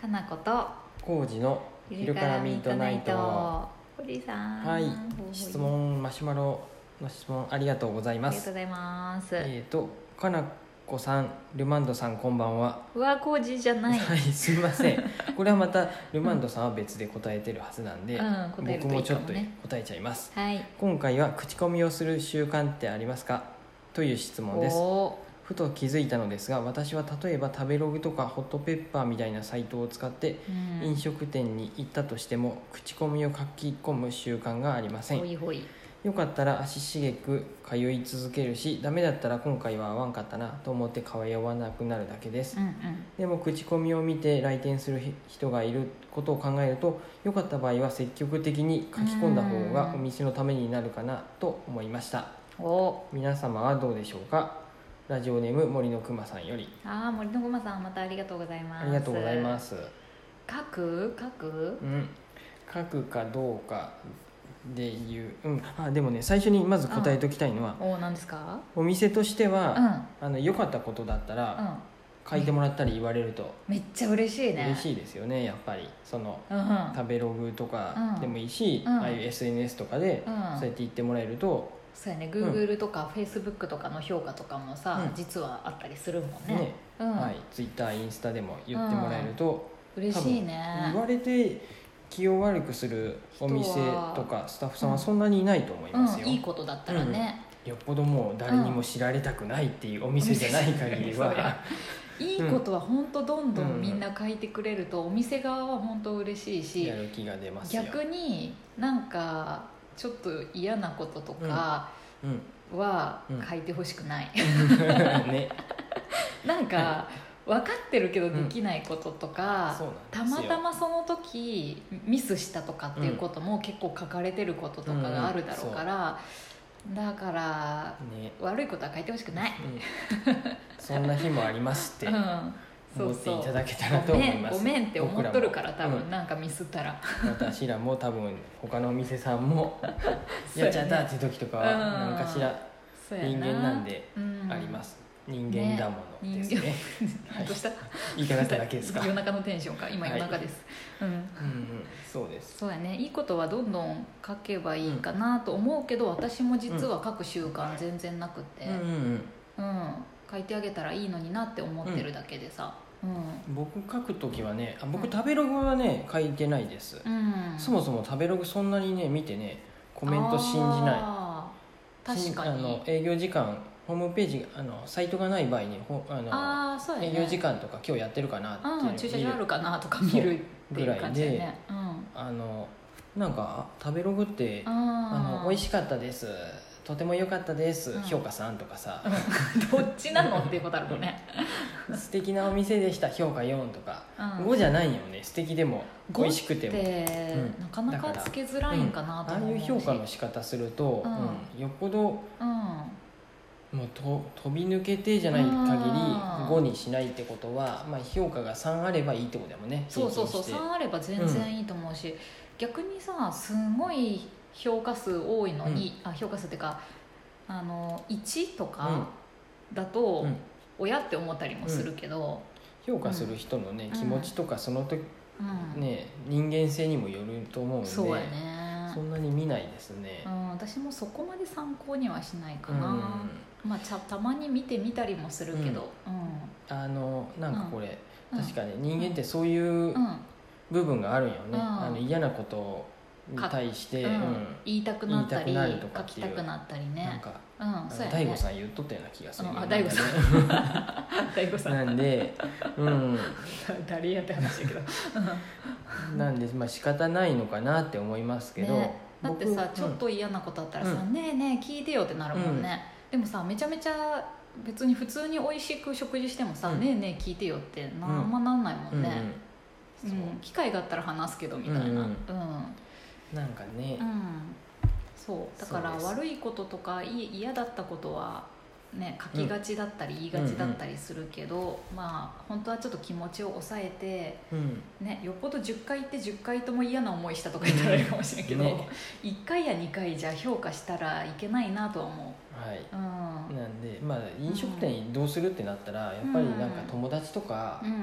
かなこと工事の昼からミートナイト。堀さん。はいほほ質。問マシュマロの質問ありがとうございあまりがとうすございます。えっ、とかなこさんルマンドさんこんばんはうわ、工事じゃない。はい、すみませ んこれはまたルマンドさんは別で答えてるはずなんで、うん答える僕といもいちょかっもとね答えちゃいますはい。今回は口コミをする習慣ってありますかという質問ですおふと気づいたのですが私は例えば食べログとかホットペッパーみたいなサイトを使ってー。うん飲食店に行ったとしても口コミを書き込む習慣がありませほんいほい。よかったら足しげく通い続けるしダメだったら今回は合わんかったなと思って通わなくなるだけですうんうん。でも口コミを見て来店する人がいることを考えると良かった場合は積極的に書き込んだ方がお店のためになるかなと思いましたお。皆様はどうでしょうかラジオネーム森のくまさんよりああ、森のごまさん、またありがとうございます。。ありがとうございますす書く、書くう。ん書くかどうかでいう、うん、あでもね最初にまず答えときたいのはおお、なんですか。お店としてうん。はうあの良かったことだったらん。書いてもらったり言われるとめっちゃ嬉しいね。嬉しいですよねやっぱりそのうんうん。食べログとかでもいいし、うんうんああいう SNS とかでうんそうやって言ってもらえると、そうやね、Google とか Facebook とかの評価とかもさ、うん実はあったりするもんねねうん、はい、Twitter インスタでも言ってもらえると、嬉しいね言われて気を悪くするお店とかスタッフさんはそんなにいないと思いますよ、うん、いいことだったらね、よっぽどもう誰にも知られたくないっていうお店じゃない限りうんは、いいことは本当どんどんみんな書いてくれると、お店側は本当嬉しいしやる気が出ますよ逆になんかちょっと嫌なこととか うん、はうん書いてほしく ない、ねなんか分かってるけどできないこととか、そうなたんですまよたまその時ミスしたとかっていうことも結構書かれてることとかがあるだろうから、だからね、悪いことは書いてほしくない、うん、そんな日もありますってうん、思っていただけたらと思います ごめんごめんって思っとるから僕ら多も分なんかミスったら、私らも多分他のお店さ んもそうやねやっちゃったって時とかはうん何かしらそうや人間なんでうんあります、人間だものですねねは いどうした言い方だけですか、うん夜うん、中のテンションか今はい夜中です、うんそうですそうやねいいことはどんどん書けばいいかなと思うけど、私も実は書く習慣全然なくて、うんうんうんうん、書いてあげたらいいのになって思ってるだけでさ、うん僕書く時はねあ僕うん食べログはね書いてないです、うんそもそも食べログそんなにね見てねコメント信じないない確信かあにの営業時間ホームページあのサイトがない場合にほあのああそうやね営業時間とか今日やってるかなっていうのをうん、駐車見場るあるかなとか見るっていう感じだよねうんあのなんか食べログってああの美味ししかったですとても良かったです、うん評価さんと かさいどっちなのっていうことあるもんね、素敵なお店でした評価4とか、うん、 5じゃないよね素敵でも五美味しくてっもてうんなかなかつけづらいんかなとああ思いううし評価の仕方すると、うんうんよっぽどうんもうと飛び抜けてじゃない限りあー5にしないってことは、まあ、評価が3あればいいってことだもんねそうそうそう平均して3あれば全然いいと思うし、逆にさすごい評価数多いのに、あ評価数っていうかあの1とかだと、うん親って思ったりもするけど、評価する人のね、うん気持ちとかその時、うんね人間性にもよると思うんでそうやねそんなに見ないですねう。ん、私もそこまで参考にはしないかな、うんまあ、ちゃたまに見てみたりもするけど、うんあのなんかこれ、うん確かに人間ってそういううん部分があるんよね、うんあの嫌なことに対して、うんうん言いたくなったり言いたくなるとか書っきていうたくなったりねなんか、うんあそうのや大ね悟さん言っとったような気がする、うんあ大悟さん 大悟さん なんで、うん、誰やって話 やけどなんで、まあ仕方ないのかなって思いますけど、ねだってさ僕ちょっ、と嫌なことあったらさう「ねえねえ聞いてよ」ってなるもんね、でもさめちゃめちゃ別に普通に美味しく食事してもさ「うんねえねえ聞いてよ」ってなうんんまなんないもうんんね、うんうそん機会があったら話すけどみたいなうんうんうんうなんかねう、ん、そうだからそうです悪いこととかい嫌だったことは、ね、書きがちだったり言いがちだったりするけど、まあ本当はちょっと気持ちを抑えて、うんね、よっぽど10回行って10回とも嫌な思いしたとか言ったらいいかもしれんけど、 ね1回や2回じゃ評価したらいけないなとは思はい、う、うんなんで、まあ飲食店どうするってなったら、やっぱりなんか友達とか、うん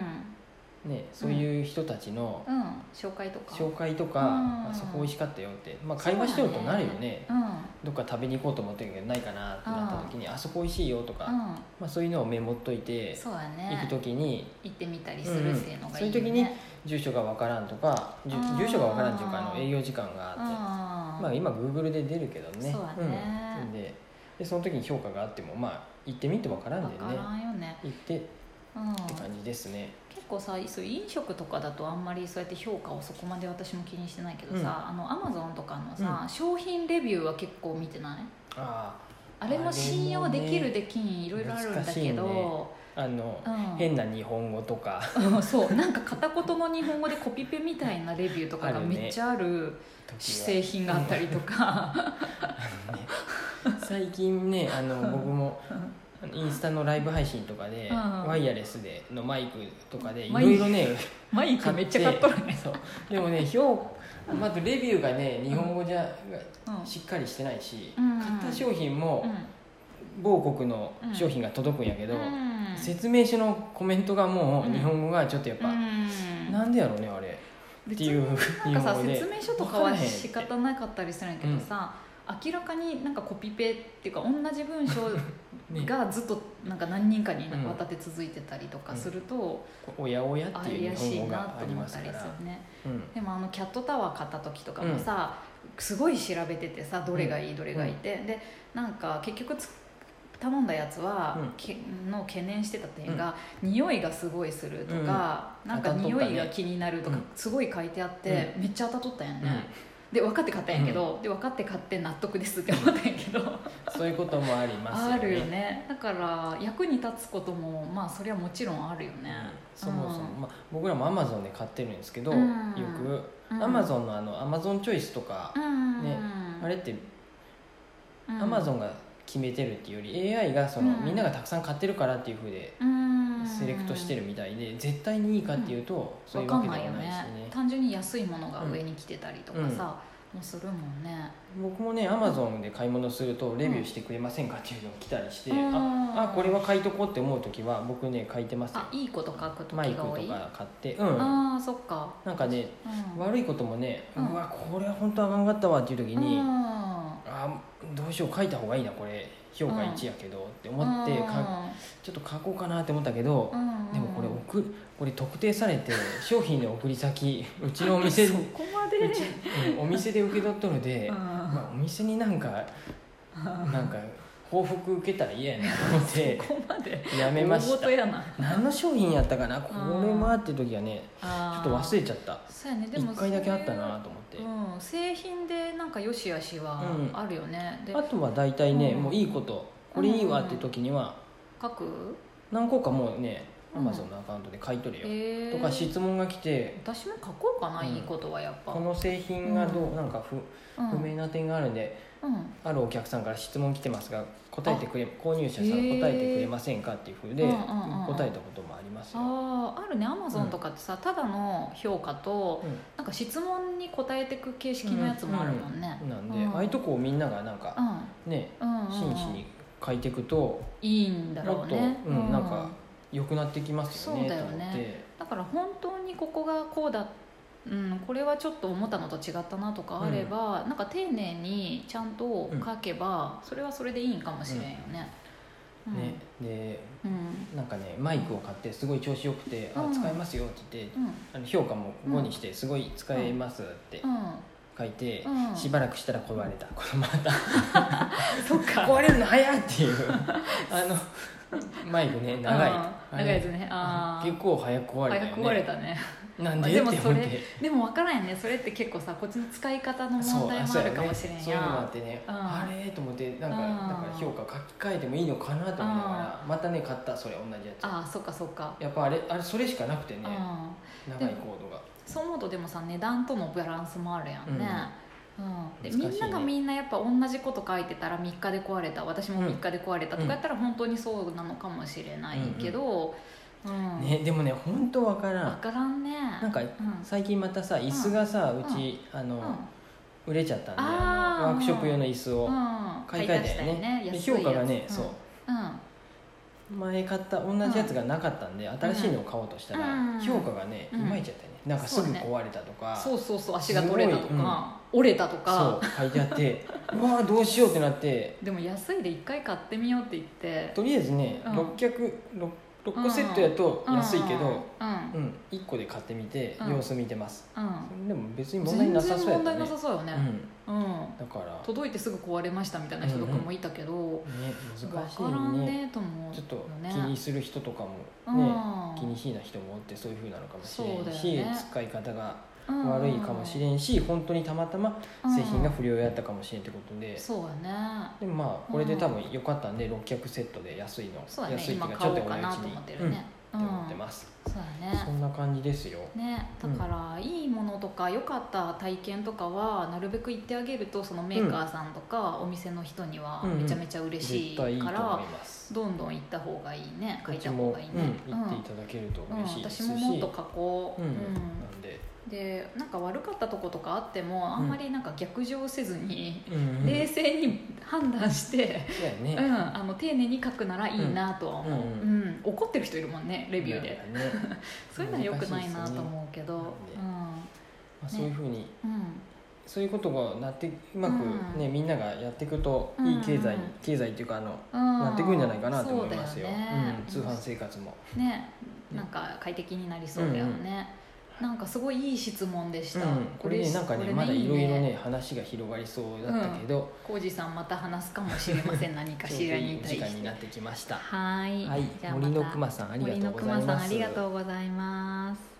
ね、そういう人たちのうん、紹介とか紹介とか、うんあそこ美味しかったよって、まあ、そうだね会話してるとなるよねうんうんどっか食べに行こうと思ってるけどないかなってなった時に、あそこ美味しいよとか、まあ、そういうのをメモっといて、そうだ行くね時に行ってみたりするっていうのがいいうんうんそういう時によね住所がわからんとかじゅあー住所がわからんというかあの営業時間があってあーまあ、今 Google で出るけどねそうだねうんででその時に評価があってもまあ行ってみてわからんでわねからんよね、行ってっうん、て結感じですね、構さそういう飲食とかだとあんまりそうやって評価をそこまで私も気にしてないけどさ、あのアマゾンとかのさ、商品レビューは結構見てないああれも信用できるできんいろいろあるんだけど、ああの、うん変な日本語とかうん そうなんか片言の日本語でコピペみたいなレビューとかあがるねめっちゃある製品があったりとか、 最近ねあの僕もあのインスタのライブ配信とかで、うんワイヤレスでのマイクとかでいマろイクいろねマイクめっちゃ買っとるねそう でもね評まずレビューがね日本語じゃうんしっかりしてないし、うん買った商品もう某国の商品が届くんやけど、んうん説明書のコメントがもううん日本語がちょっとやっぱ、うんなんでやろうねあれっていうなん日か本さ語で説明書とかは仕方なかったりするんやけどさ、明らかになんかコピペっていうか同じ文章 ねがずっとなんか何人かにわたって続いてたりとかすると、おやおやっていう怪日しい本語ながあとり思まっすたかりすら、るねうんでもあのキャットタワー買った時とかもさ、すごい調べててさどれがいいどれがいいって、でなんか結局つ頼んだやつは、うんけの懸念してた点が、匂いがすごいするとか、うんなんか当たっとっ匂たねいが気になるとか、うんすごい書いてあって、めっちゃ当たっとったんやね、で分かって買ったんやけど、で分かって買って納得ですって思ったんやけ ど、そういうこともありますあるよねだから役に立つこともまあそれはもちろんあるよね、そもそも、まあ、僕らもアマゾンで買ってるんですけど、うんよくうんアマゾンのあのアマゾンチョイスとか、うんねあれってアマゾンが決めてるっていうより AI がその、うんみんながたくさん買ってるからっていうふうでうんセレクトしてるみたいで、絶対にいいかっていうと、そうわいうかわけんではなないいよしねね単純に安いものが上に来てたりとかさ、うんもうするもんね僕もねアマゾンで買い物するとレビューしてくれませんかっていうのが来たりして、うんああこれは買いとこうって思う時は僕ね書いてますよあいいこと書くマイ時クがと多いか買ってうんああそっか、なんかねうん、悪いこともね、ううんわこれは本当あかんかったわっていう時に、うんあどうしよう書いた方がいいなこれ評価1やけどって思ってかちょっと書こうかなって思ったけどう、んでもこれ送るこれ特定されて商品の送り先うちのお店そこまでうちうんお店で受け取っとるで、うんまあ、お店になんかなんか報復受けたら嫌やなと思って そこまでやめま大し事たやな何の商品やったかなこれうんはって時はねちょちょっと忘れちゃったそうやねでも1回だけあったなと思ってそういう、うん、製品でなんか良し悪しはうんあるよね、であとは大体ね、うんもういいことこれいいわって時には書く何個かもうねうアんマゾンのアカウントで買い取るよ、えとか質問が来て私も書こうかな、うんいいことはやっぱこの製品がどう、うんなんか不うん不明な点があるんで、うんあるお客さんから質問来てますが答えてくれ購入者さんへ答ーえてくれませんかっていうふうでうん答うんうんうんえたこともありますよ。あーあるねアマゾンとかってさ、ただの評価とうなんか質問に答えてく形式のやつもあるもんね、んなんで、うんああいうとこをみんながなんかねうんうんうんうん真摯に書いていくといいんだもろっうと、ね、うん、なんか良くなってきますよそうねだよと思っねて。だから本当にここがこうだうん、これはちょっと思ったのと違ったなとかあれば、なんか丁寧にちゃんと書けば、それはそれでいいんかもしれんよね。うんねでうんなんかねマイクを買ってすごい調子よくて「うんあ使えますよ」って言って、うんあの評価も5にして「すごい使えます」ってう書いて、んうんしばらくしたら壊れたこれまたそっか壊れるの早いっていうあのマイクね 長いうんあれ長いですねあー結構早く壊れた早よねく壊れたねなんまあででもってそ思っれてでも分からんよねそれって結構さこっちの使い方のそ問う題もあるかもしれんやそうやねそういうのもあってね、うんあれと思ってなんかうんだから評価書き換えてもいいのかなと思いながら、またね買ったそれ同じやつああそっかそっか、やっぱあれあれそれしかなくてね、うん長いコードがそう思うとでもさ値段とのバランスもあるやんね、うんで難みんしいねながみんなやっぱ同じこと書いてたら3日で壊れた私も3日で壊れたとかやったら本当にそうなのかもしれないけど、うんねでもね本当わから分んからんねなんかうん最近またさ椅子がさんうち、あの、うん売れちゃったんであーあのワークショップ用の椅子をうん買い替えたよ買いね,、足したで安い評価がね、やつそううん、前買った同じやつがなかったんで、新しいのを買おうとしたら、うん評価がねいうんまいちだったよね、なんかすぐ壊れたとかそうそうそう足が取れたとか、折れたとそかう書いてあってうわーどうしようってなってでも安いで一回買ってみようって言ってとりあえずね、うん600 6, 6個セットやと安いけど、うんうん1個で買ってみてうん様子見てます、うんでも別に問題全なさ然そうやっ問た題ねなさそうよね、うんうん、だから、届いてすぐ壊れましたみたいな人とかもいたけど、ね、難し分からいんねねと思うよねちょっと気にする人とかもね、うん気にしいな人もおってそういうふうなのかもしれんそうだし、よね使い方が悪いかもしれんし、本当にたまたまうん製品が不良やったかもしれんってことで、そうやねでもまあこれで多分良かったんで600セットで安いの、そうやね安い今買おうかなと思ってるね、ううんんって思ってます、そうやそねんな感じですよね、だからいいものとか良かった体験とかはなるべく言ってあげるとそのメーカーさんとかお店の人にはうんうんめちゃめちゃ嬉しい絶対いいとか思いらますどんどん行った方がいいね書ういちた方も、がいいねうん、うん行っていただけるとうん嬉しいで私すし、ももっと書こう、ううんんなんで、でなんか悪かったとことかあってもあんまりなんか逆上せずに、うんうん冷静に判断してそうやうね、ん、あの丁寧に書くならいいなとは思う、うんうん怒ってる人いるもんねレビューで、なんかね そういうのはよくないなと思うけど、まあ、そういうふうにうんうんそういうことがなってうまくね、みんながやっていくといい経済、うんうん経済っていうかあの、うんなっていくんじゃないかなと思いますよそうだねうん、通販生活も、ねなんか快適になりそうだよね、なんかすごいいい質問でしうんた、これねなんかねまだいろいろね話が広がりそうだったけど、浩二さんまた話すかもしれません何か ちょうしどらいにい対時間しにてなってきましたはーいはいじゃあまた森のくまさんありが森とうございますのくまさんありがとうございます